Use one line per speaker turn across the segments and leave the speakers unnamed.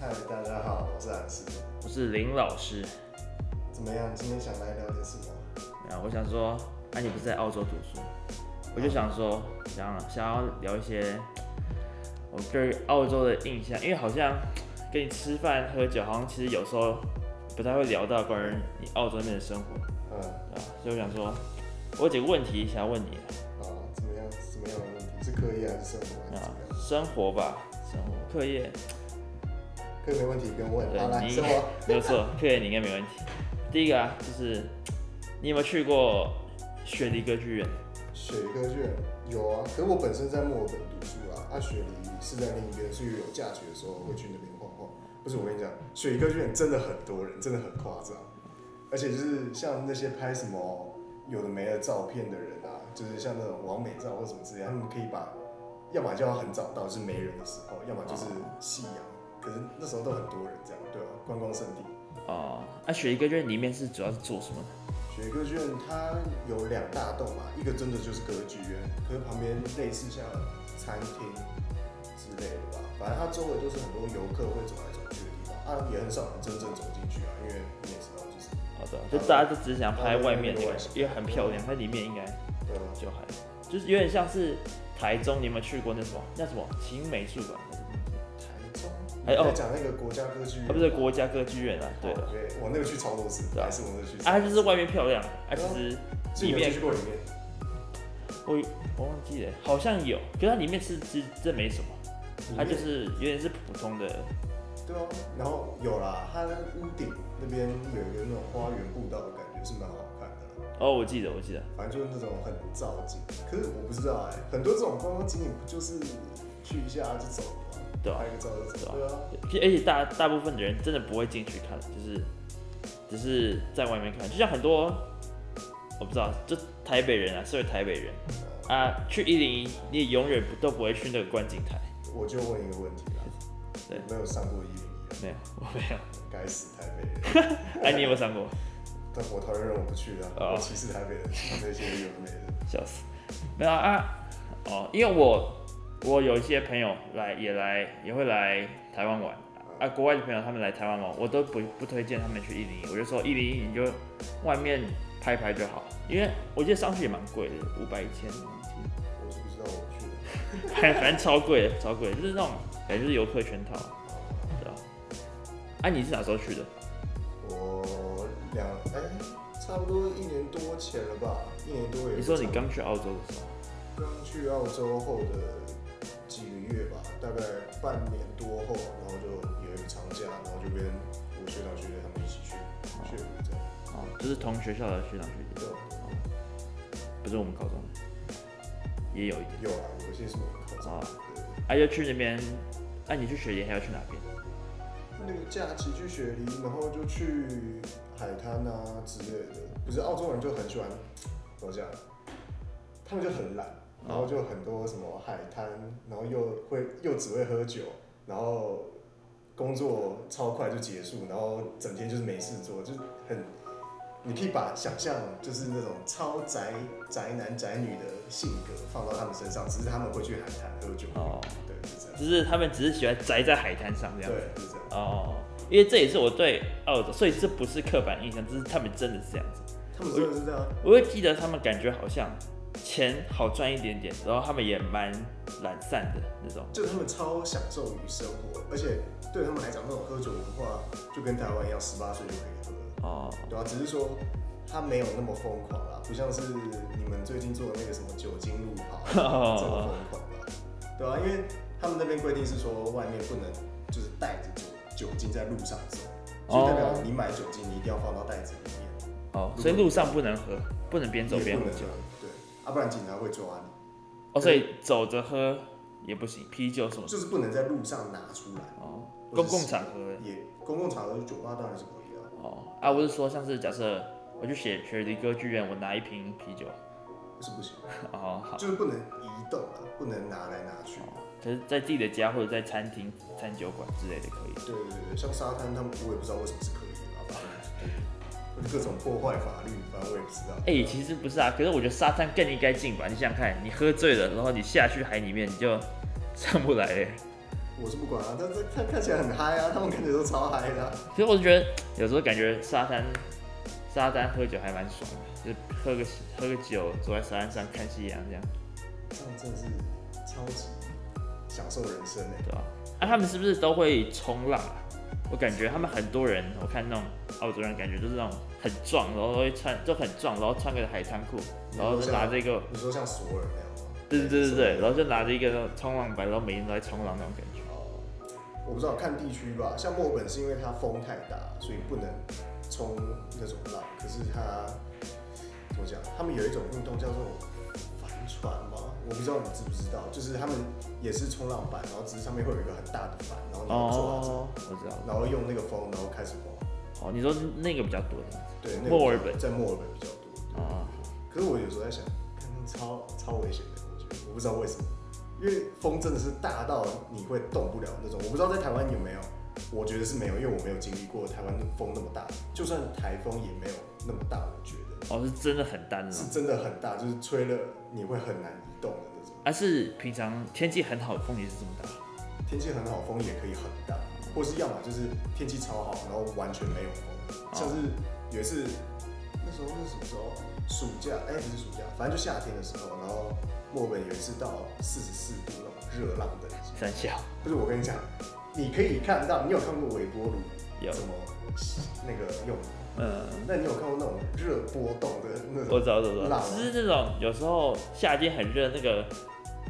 嗨，大家好，我是安师。
我是林老师
怎么样？今天想来聊点什么？
啊，我想说，那、你不是在澳洲读书，我就想说，想想要聊一些我对于澳洲的印象，因为好像跟你吃饭喝酒，好像其实有时候不太会聊到关于你澳洲那边的生活，
嗯，
对吧？所以我想说，我有几个问题想要问你啊
哦，怎么样？怎么样的问题？是课业还是生活还是
啊
怎么样？，
生活吧，生活、课业，
课没问题，不用问。好，
对
来
你
生活。
没有错，课业你应该没问题。第一个啊，就是你有没有去过雪梨歌剧院？
雪梨歌剧院有啊，可是我本身在墨尔本读书啊，啊，雪梨是在另一边，所以有假期的时候会去那边晃晃。不是我跟你讲，雪梨歌剧院真的很多人，真的很夸张，而且就是像那些拍什么有的没的照片的人啊，就是像那种完美照或什么之类，他们可以把，要么就要很早到，就是没人的时候，要么就是夕阳，可是那时候都很多人这样，对吧、观光圣地。
哦，那、雪梨歌剧院里面是主要是做什么呢？
雪梨歌剧院它有两大栋嘛，一个真的就是歌剧院，可是旁边类似像餐厅之类的吧，反正它周围都是很多游客会走来走去的地方，啊，也很少人真正走进去啊，因为你也知道，就是
好的，就大家就只是想拍外面那
外
个
面，
因为很漂亮，它里面应该
对吧？
就还，就是有点像是台中，你有没有去过那什么那什么秦美术馆？还是什么
台中，
哎哦
你在讲那个国家歌剧院
啊，不是国家歌剧院啊，对
哦
的，
对，我那个去超多次，
对啊
还是我那个去超多次，
啊，它就是外面漂亮，啊，其实
所以你
里
有
面
去过里面，
我我忘记了，好像有，可是它里面是其实真没什么，它
里
就
面
是有点是普通的，
对啊，然后有啦，它屋顶那边有一个那种花园步道的感觉，是蛮好看的啦。
哦，我记得我记得，
反正就是那种很造景。可是我不知道哎、很多这种观光景点不就是去一下就走了吗？
对啊
拍个照就走。对啊，
对而且大大部分的人真的不会进去看，就是只是在外面看，就像很多我不知道，就台北人啊，身为台北人啊，去一零一你也永远不都不会去那个观景台，
啊我就问一个问题啦，
对
我没有上过一零一啊，
没有，我没 有，
该死台北人！
哎、你有没有上过？
但我讨厌人，我不去啊，
哦
我歧视台北人，那些有的没的。
笑死，没有啊啊，哦，因为我我有一些朋友来也来也会来台湾玩啊，国外的朋友他们来台湾玩，我都不不推荐他们去一零一，我就说一零一你就外面拍拍就好，因为我记得上去也蛮贵的，五百一千，
我是不知道我去了。
反 反正超贵的，超贵的，就是那种感觉就是游客圈套，对吧、啊？你是哪时候去的？
我两哎、差不多一年多前了吧，一年多有一个
你说你
差不多
刚去澳洲的时候，
刚去澳洲后的几个月吧，大概半年多后，然后就有一个长假，然后就跟我学长学姐他们一起去去这样。
哦，就是同学校的学长学姐，
对啊，
不是我们高中的，也有一点。
有啊，有一些什么考察
啊
对，
啊，要去那边，啊，你去雪梨还要去哪边？
那个假期去雪梨，然后就去海滩啊之类的。不是澳洲人就很喜欢怎么讲，他们就很懒，然
哦
后就很多什么海滩，然后又会又只会喝酒，然后工作超快就结束，然后整天就是没事做，就是很。你可以把想象就是那种超宅宅男宅女的性格放到他们身上，只是他们会去海滩喝酒。
哦，
对，是这样。
就是他们只是喜欢宅在海滩上这样子。
对，是这样。
哦，因为这也是我对澳洲，所以这不是刻板印象，这是他们真的是这样子。
他们真的是这样。
我会记得他们感觉好像钱好赚一点点，然后他们也蛮懒散的那种。
就他们超享受于生活，而且对他们来讲，那种喝酒文化就跟台湾一样，十八岁就可以喝了，
哦，
对啊，只是说他没有那么疯狂啦，不像是你们最近做的那个什么酒精路 跑这么
哦
疯狂吧，对啊，因为他们那边规定是说外面不能就是带着酒酒精在路上走，所以代表
哦
你买酒精你一定要放到袋子里面，
哦，所以路上不能喝，不能边走
也
边
不
喝
能
酒。
喝，对，要、不然警察会抓你，
哦，所以走着喝也不行，啤酒什么。
就是不能在路上拿出来，
哦，公共场合。
也公共场合酒吧当然是可以啊。
哦，啊，我是说，像是假设我去写雪梨歌剧院，我拿一瓶啤酒。
是不行，
哦，好。哦
就是不能移动啊，不能拿来拿去。
可是在自己的家或者在餐厅、餐酒馆之类的可以。
啊对对对，像沙滩他们我也不知道为什么是可以的，好吧？我就各种破坏法律，反正我也不知道。
哎、其实不是啊，可是我觉得沙滩更应该禁吧。你想想看，你喝醉了，然后你下去海里面，你就 上不来了。
我是不管啊，但是看看起来很嗨啊，他们感觉都超嗨的啊、
其实我就觉得有时候感觉沙滩沙滩喝酒还蛮爽的，就是喝个喝个酒，坐在沙滩上看夕阳这样，
这样真的是超级享受人生哎、
对吧、啊？他们是不是都会冲浪啊？我感觉他们很多人，我看那种澳洲人，感觉就是那种很壮，然后都会穿就很壮，然后穿个海滩裤，然后就拿着一个，
你说像索尔那样吗？
对对对对对，然后就拿着一个那种冲浪板，然后每天都在冲浪那种感觉。
哦，我不知道看地区吧，像墨尔本是因为它风太大，所以不能冲那种浪。可是它怎么讲？他们有一种运动叫做帆船吗？我不知道你知不知道，就是他们也是冲浪板，然后只是上面会有一个很大的帆，然后你要坐在这，
哦，我知道。
然后用那个风，然后开始滑。
哦，你说那个比较多的
对，那个
墨尔本
在墨尔本比较多。
啊？
可是我有时候在想，看那超超危险的，我觉得我不知道为什么，因为风真的是大到你会动不了那种。我不知道在台湾有没有，我觉得是没有，因为我没有经历过台湾风那么大，就算台风也没有那么大，我觉得
哦，是真的很淡那种
是。真的很大，就是吹了你会很难移动的那种。
而、啊是平常天气很好，风也是这么大。
天气很好，风也可以很大，或是要么就是天气超好，然后完全没有风，像是有一次那时候是什么时候？暑假哎、不是暑假，反正就夏天的时候，然后墨尔本有一次到四十四度那种热浪等级，
三小
不是我跟你讲，你可以看到，你有看过微波炉
有，
怎么那个用？
嗯，
那你有看过那种热波动的那
我
种？
知道，我知道我知
辣
道，
吗
就是那种有时候夏天很热，那个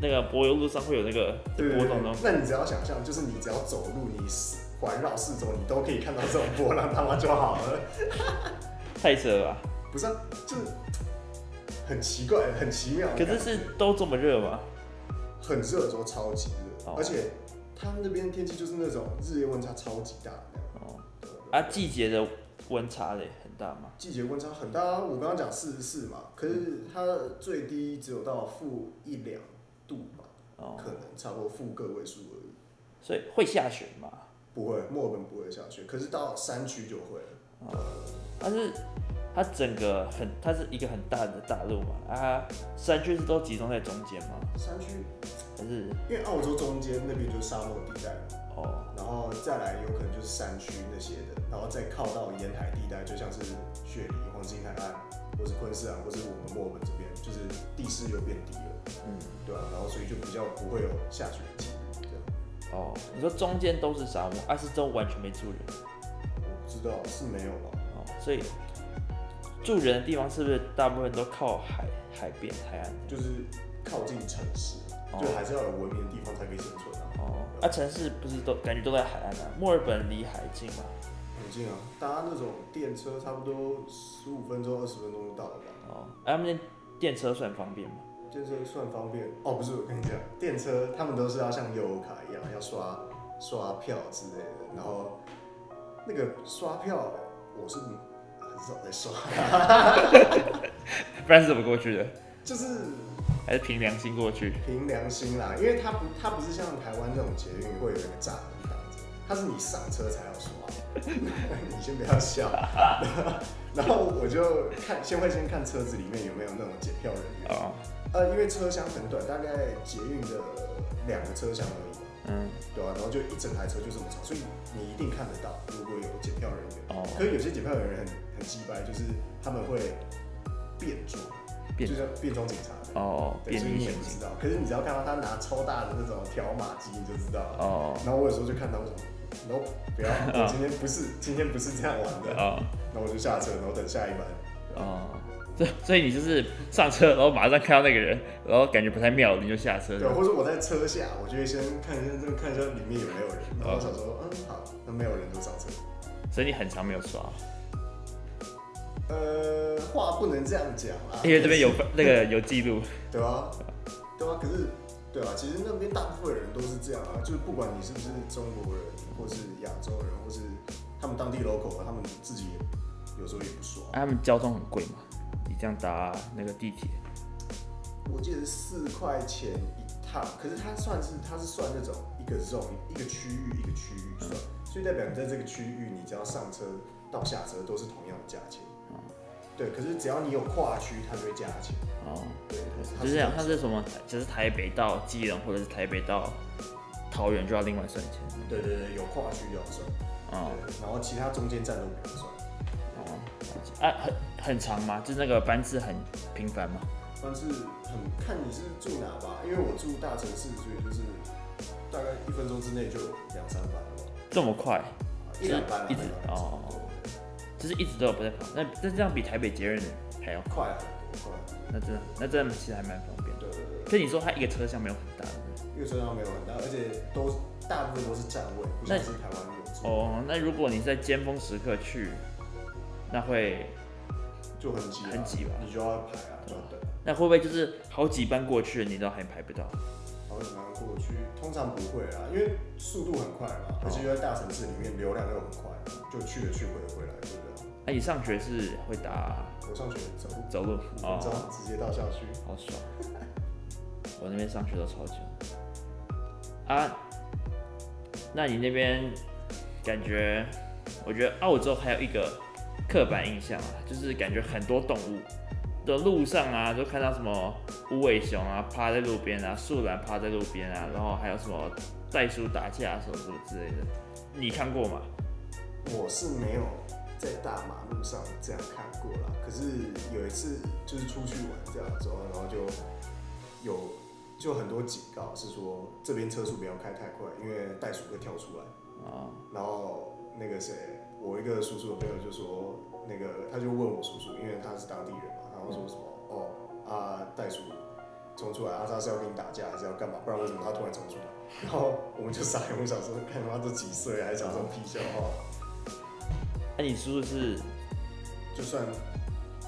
那个柏油路上会有那个
对对
波
对
动那种，，
那你只要想象，就是你只要走路，你环绕四周，你都可以看到这种波浪，他妈就好了。
太扯了吧？
不是、啊，就是很奇怪，很奇妙的
可
感觉。
是是都这么热吗？
很热的时候超级热，
哦
而且他们那边天气就是那种日夜温差超级大的那样。
哦，
对
啊，季节的温差嘞很大嘛。
季节温差很大啊，我刚刚讲四十四嘛，可是它最低只有到负一两度吧，
哦，
可能差不多负个位数而已。
所以会下雪嘛？
不会，墨尔本不会下雪，可是到山区就会了。
但是它整个很，它是一个很大的大陆嘛，啊，山区是都集中在中间嘛，
山区，
还是
因为澳洲中间那边就是沙漠地带嘛，
哦
然后再来有可能就是山区那些的，然后再靠到沿海地带，就像是雪梨、黄金海岸，或是昆士兰，或是我们墨尔本这边，就是地势又变低了，
嗯
对吧、然后所以就比较不会有下雪的几率，这样。
哦，你说中间都是沙漠，啊是真完全没住人。
我不知道是没有吧？
哦，所以住人的地方是不是大部分都靠海海边海岸？
就是靠近城市，
哦
就还是要有文明的地方才可以生存啊。
哦，啊，城市不是都感觉都在海岸啊？墨尔本离海近嘛？
很近啊，搭那种电车差不多十五分钟、二十分钟就到了吧。
哦，啊、他们那电车算方便吗？
电车算方便哦，不是我跟你讲，电车他们都是要像悠游卡一样要刷刷票之类的，然后那个刷票我是很少在刷，
不然是怎么过去的？
就是
还是凭良心过去？
凭良心啦，因为它不它不是像台湾这种捷运会有一个闸门挡着，它是你上车才要刷， 你先不要笑， 然后我就看先会先看车子里面有没有那种检票人员，
哦，
呃，因为车厢很短，大概捷运的两个车厢而已嘛。
嗯，
对啊，然后就一整台车就这么长，所以你一定看得到，如果有检票人员。
哦，
可是有些检票人员很很鸡掰，就是他们会变装，
变
就像变装警察的，
哦，
对，
便
所以
利
你也
险
不知道。可是你只要看到他拿超大的那种条码机，你就知道了。
哦，
然后我有时候就看到我想，no，不 要，我今天不是今天不是这样玩的。
哦，
然后我就下车，然后等下一班。
哦。所以所以你就是上车，然后马上看到那个人，然后感觉不太妙，你就下车。
对，或者我在车下，我就会先看一下，这个看一下里面有没有人。然后我想说，嗯，好，那没有人就上车。
所以你很长没有刷，
呃，话不能这样讲啊啦，
因为这边有那个有记录。
对啊，对啊，可是对啊，其实那边大部分人都是这样啊，就是不管你是不是中国人，或是亚洲人，或是他们当地 local，啊，他们自己也有时候也不爽。
啊、他们交通很贵嘛，你这样搭那个地铁，
我记得是四块钱一趟，可是它算是它是算那种一个 zone 一个区域一个
嗯
区域算，所以代表你在这个区域，你只要上车到下车都是同样的价钱。
哦、
对，可是只要你有跨区，它就会加钱。
哦，
对，它
就是讲
它
它
是
是什么，就是台北到基隆或者是台北到桃园就要另外算钱。
对对对，有跨区就要算，
哦
对，然后其他中间站都不用算。
哦，啊，很很长吗？就是那个班次很频繁吗？
但是很看你是住哪吧，因为我住大城市，所以就是大概一分钟之内就有两三班了吧，
这么快，
一两班啊
一直
两班
哦
对对对
就是一直都有不在跑。那那这样比台北捷运还要
快
快，
啊，很多快啊，
那真的那真的其实还蛮方便的。
对对对。
所以你说它一个车厢没有很大，对不对
因为车上没有很大，而且都大部分都是站位，不像是台湾有住，
哦，那如果你在尖峰时刻去，那会
就很挤、啊，
很挤吧
你就要排啊，就要等啊。
那会不会就是好几班过去了，你都还排不到？
然后怎么样过去？通常不会啦，因为速度很快
哦
嘛，而且又在大城市里面流量又很快，就去了去回了回来，对不对？
哎那、你上学是会打
我上学走路
走路
五分钟
哦，
直接到校区，
好爽。我那边上学都超久啊。那你那边感觉？我觉得澳洲还有一个刻板印象啊，就是感觉很多动物的路上啊，就看到什么无尾熊啊趴在路边啊，树懒趴在路边啊，然后还有什么袋鼠打架啊什么什么之类的，你看过吗？
我是没有在大马路上这样看过啦，可是有一次就是出去玩这样之后，然后就有就很多警告是说这边车速不要开太快，因为袋鼠会跳出来。
哦，
然后那个谁，我一个叔叔的朋友就说，那个他就问我叔叔，因为他是当地人嘛，然后说什么哦啊袋鼠冲出来，啊他是要跟你打架还是要干嘛？不然为什么他突然冲出来？然后我们就傻眼，我想说， 看他妈都几岁了还讲这种屁笑话。
那、你叔叔是
就算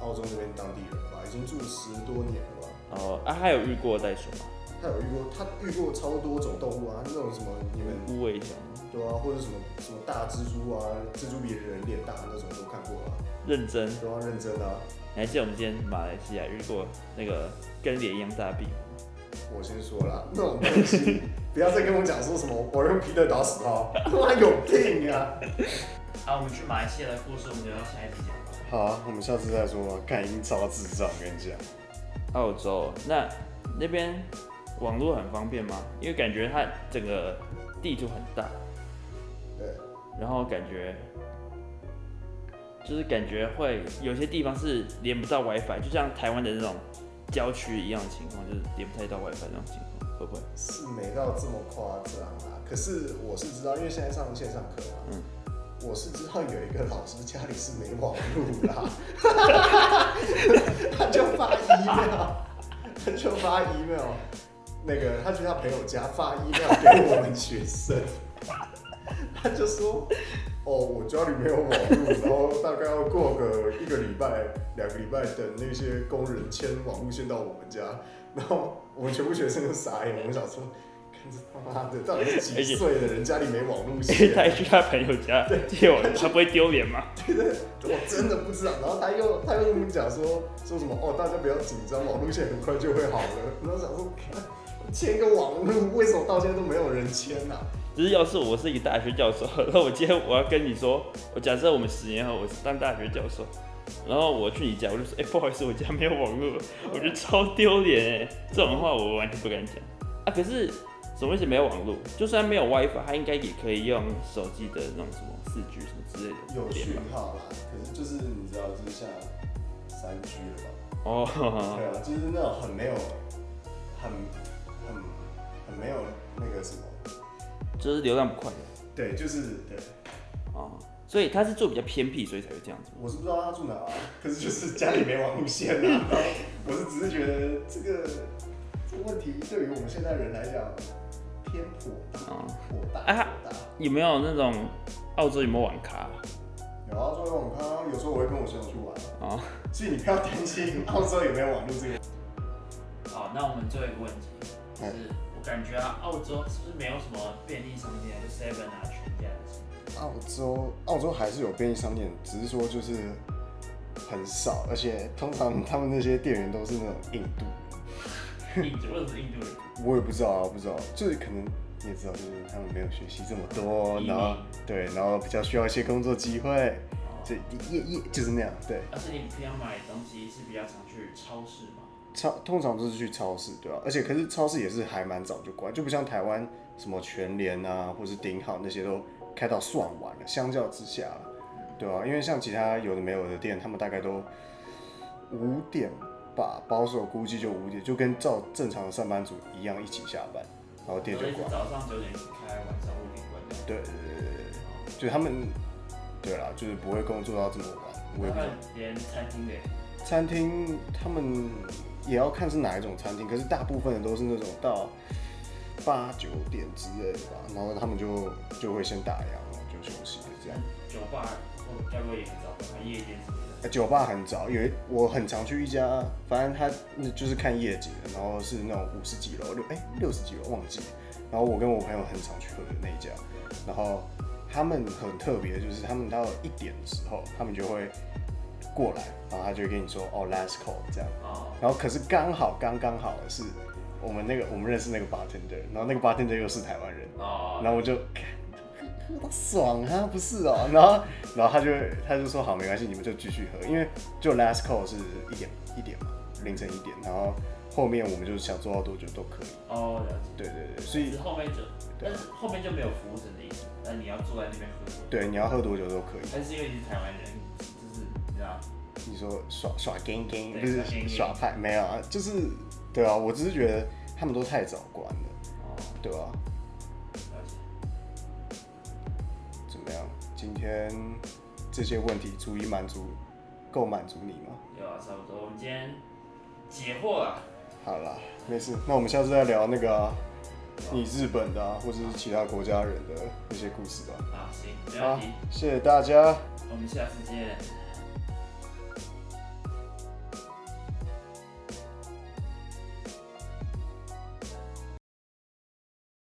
澳洲这边当地人吧，已经住十多年了吧。
哦啊，还有遇过袋鼠吗？
他有遇过，他遇过超多种动物啊，那种什么你们
无尾熊，
对啊，或者什么什么大蜘蛛啊，蜘蛛比人脸大那种都看过啊，
认真。
都要认真啊。
你还记得我们今天马来西亚遇过那个跟脸一样大的壁虎吗？
我先说了，那种东西不要再跟我讲说什么 我用皮特打死他，他妈有病啊！
啊，我们去马来西亚的故事，我们留到下一集讲吧。
好啊，我们下次再说吧。看英超智障，我跟你讲。
澳洲那那边网络很方便吗？因为感觉它整个地图很大，
对，
然后感觉就是感觉会有些地方是连不到 WiFi，就像台湾的那种郊区一样的情况，就是连不太到 WiFi 那种情况，会不会？
是没到这么夸张啦。可是我是知道，因为现在上线上课嘛，
嗯
我是知道有一个老师家里是没网路啦，他就发 email，他就发 email，那个他去他朋友家发 email 给我们学生，他就说。哦，我家里没有网路，然后大概要过个一个礼拜、两个礼拜，等那些工人牵网路线到我们家，然后我们全部学生就傻眼，我们想说，看这他妈的到底是几岁的人家里没网路啊
因为
线
他？还去他朋友家借我， 他不会丢脸吗？
我真的不知道。然后他又他又跟我们讲说说什么哦，大家不要紧张，网路线很快就会好了。然后想说，看签个网路，为什么到现在都没有人签呐、啊？
只是要是我是一个大学教授， 然后我今天我要跟你说，我假设我们十年后我是当大学教授，然后我去你家，我就说，哎、不好意思，我家没有网络， 我觉得超丢脸哎，这种话我完全不敢讲啊。可是什么意思没有网络？就算没有 WiFi，它应该也可以用手机的那种什么四 G 什么之类的
有
连
讯
吧？
号啦，可是就是你知道，就是像三 G 了吧？
哦，
对啊，就是那种很没有、很、很、很没有那个什么，
就是流量不快的
对，就是对，
哦，所以他是住比较偏僻，所以才会这样子。
我是不知道他住哪啊，可是就是家里没网路线啊。然 后我是只是觉得这个这个问题对于我们现代人来讲偏颇大，
哦，
颇大，
啊
颇大。
有没有那种澳洲有没有网咖？
有啊，做网咖，有时候我会跟我室友去玩，
哦。
所以你不要担心澳洲有没有网路这个。
好，那我们最后一个问题，就
嗯
是我感觉啊，澳洲是不是没有什么便利商店，就 Seven 啊、全家这些？
澳洲澳洲还是有便利商店，只是说就是很少，而且通常他们那些店员都是那种印度
印度为什么是印度人？
我也不知道啊，不知道，就是可能你也知道，就是他们没有学习这么多，
移民哦
然后对，然后比较需要一些工作机会，对，夜夜就是那样，对。
而啊且你平常买东西是比较常去超市吗？
超通常都是去超市，对吧、啊而且可是超市也是还蛮早就关，就不像台湾什么全联啊，或是顶好那些都开到算晚了，相较之下啦，对啊吧、因为像其他有的没有的店，他们大概都五点吧，保守估计就五点，就跟照正常的上班族一样一起下班，然后店就
都是
关。
早上九点开，晚上五点关掉。哦
对对对对对，就他们，对啦，就是不会工作到这么晚，我也
他
不知道
们连餐厅的
餐厅他们也要看是哪一种餐厅，可是大部分的都是那种到八九点之类的吧，然后他们就就会先打烊了，就休息了这样。
酒吧，我该不会也很早关，还夜店什么的。
呃酒吧很早，有一我很常去一家，反正它那就是看夜景的，然后是那种五十几楼六哎六十几楼忘记了，然后我跟我朋友很常去喝的那一家，然后他们很特别，就是他们到一点的时候，他们就会过来，然后他就会跟你说哦 last call 这样。
哦，
然后可是刚好刚刚好的是我们那个我们认识那个 bartender，然后那个 bartender 又是台湾人，
哦，
然后我就看喝到爽啊，不是哦， 然后然后他就他就说好没关系，你们就继续喝，因为就 last call 是一点一点嘛，凌晨一点，然后后面我们就想做到多久都可以，
哦，了解。
对对对，嗯所
只
以
是后面就，
对
但是后面就没有服务生的意思，但你要坐在那边喝酒。
对你要喝多久都可以，
但是因为你是台湾人，就是你知道，
你说耍耍 gang gang
对
不是
耍 gang gang
耍派没有啊，就是对啊，我只是觉得他们都太早关了，
哦，
对啊吧、
了解。
怎么样？今天这些问题足以满足，够满足你吗？
有啊，差不多。我们今天解惑了。
好啦，没事。那我们下次再聊那个啊、你日本的、啊、或者是其他国家人的那些故事吧。
好，行，没
好
问题。，
谢谢大家。
我们下次见。